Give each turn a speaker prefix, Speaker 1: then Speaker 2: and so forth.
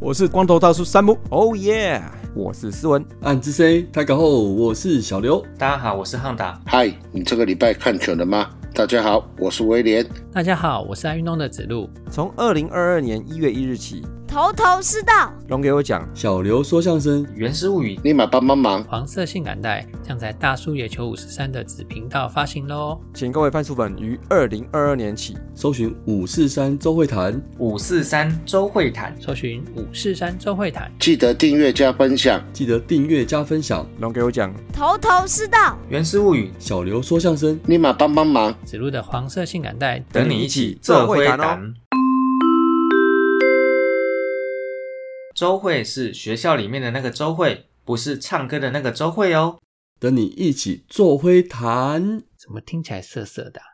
Speaker 1: 我是光头大叔山姆，哦耶！
Speaker 2: Oh 我是思文，
Speaker 3: 暗之 C，大家好，我是小刘。
Speaker 4: 大家好，我是汉达。
Speaker 5: 嗨，你这个礼拜看球了吗？大家好，我是威廉。
Speaker 6: 大家好，我是爱运动的子路。
Speaker 2: 从二零二二年一月一日起，
Speaker 7: 头头是道。
Speaker 2: 龙给我讲，
Speaker 3: 小刘说相声，
Speaker 4: 原始物语，
Speaker 5: 立马帮帮忙！
Speaker 6: 黄色性感带将在大叔野球五十三的子频道发行喽。
Speaker 2: 请各位番薯粉于二零二二年起，
Speaker 3: 搜寻五四三周会谈。
Speaker 4: 五四三周会谈，
Speaker 6: 搜寻五四三周会谈，
Speaker 5: 记得订阅加分享。
Speaker 3: 记得订阅加分享。
Speaker 2: 龙给我讲，
Speaker 7: 头头是道。
Speaker 4: 原始物语，
Speaker 3: 小刘说相声，
Speaker 5: 立马帮帮忙！
Speaker 6: 子路的黄色性感带
Speaker 4: 等你一起做会
Speaker 2: 做会谈
Speaker 4: 谈。哦周会是学校里面的那个周会，不是唱歌的那个周会哦。
Speaker 3: 等你一起做会谈。
Speaker 6: 怎么听起来涩涩的啊、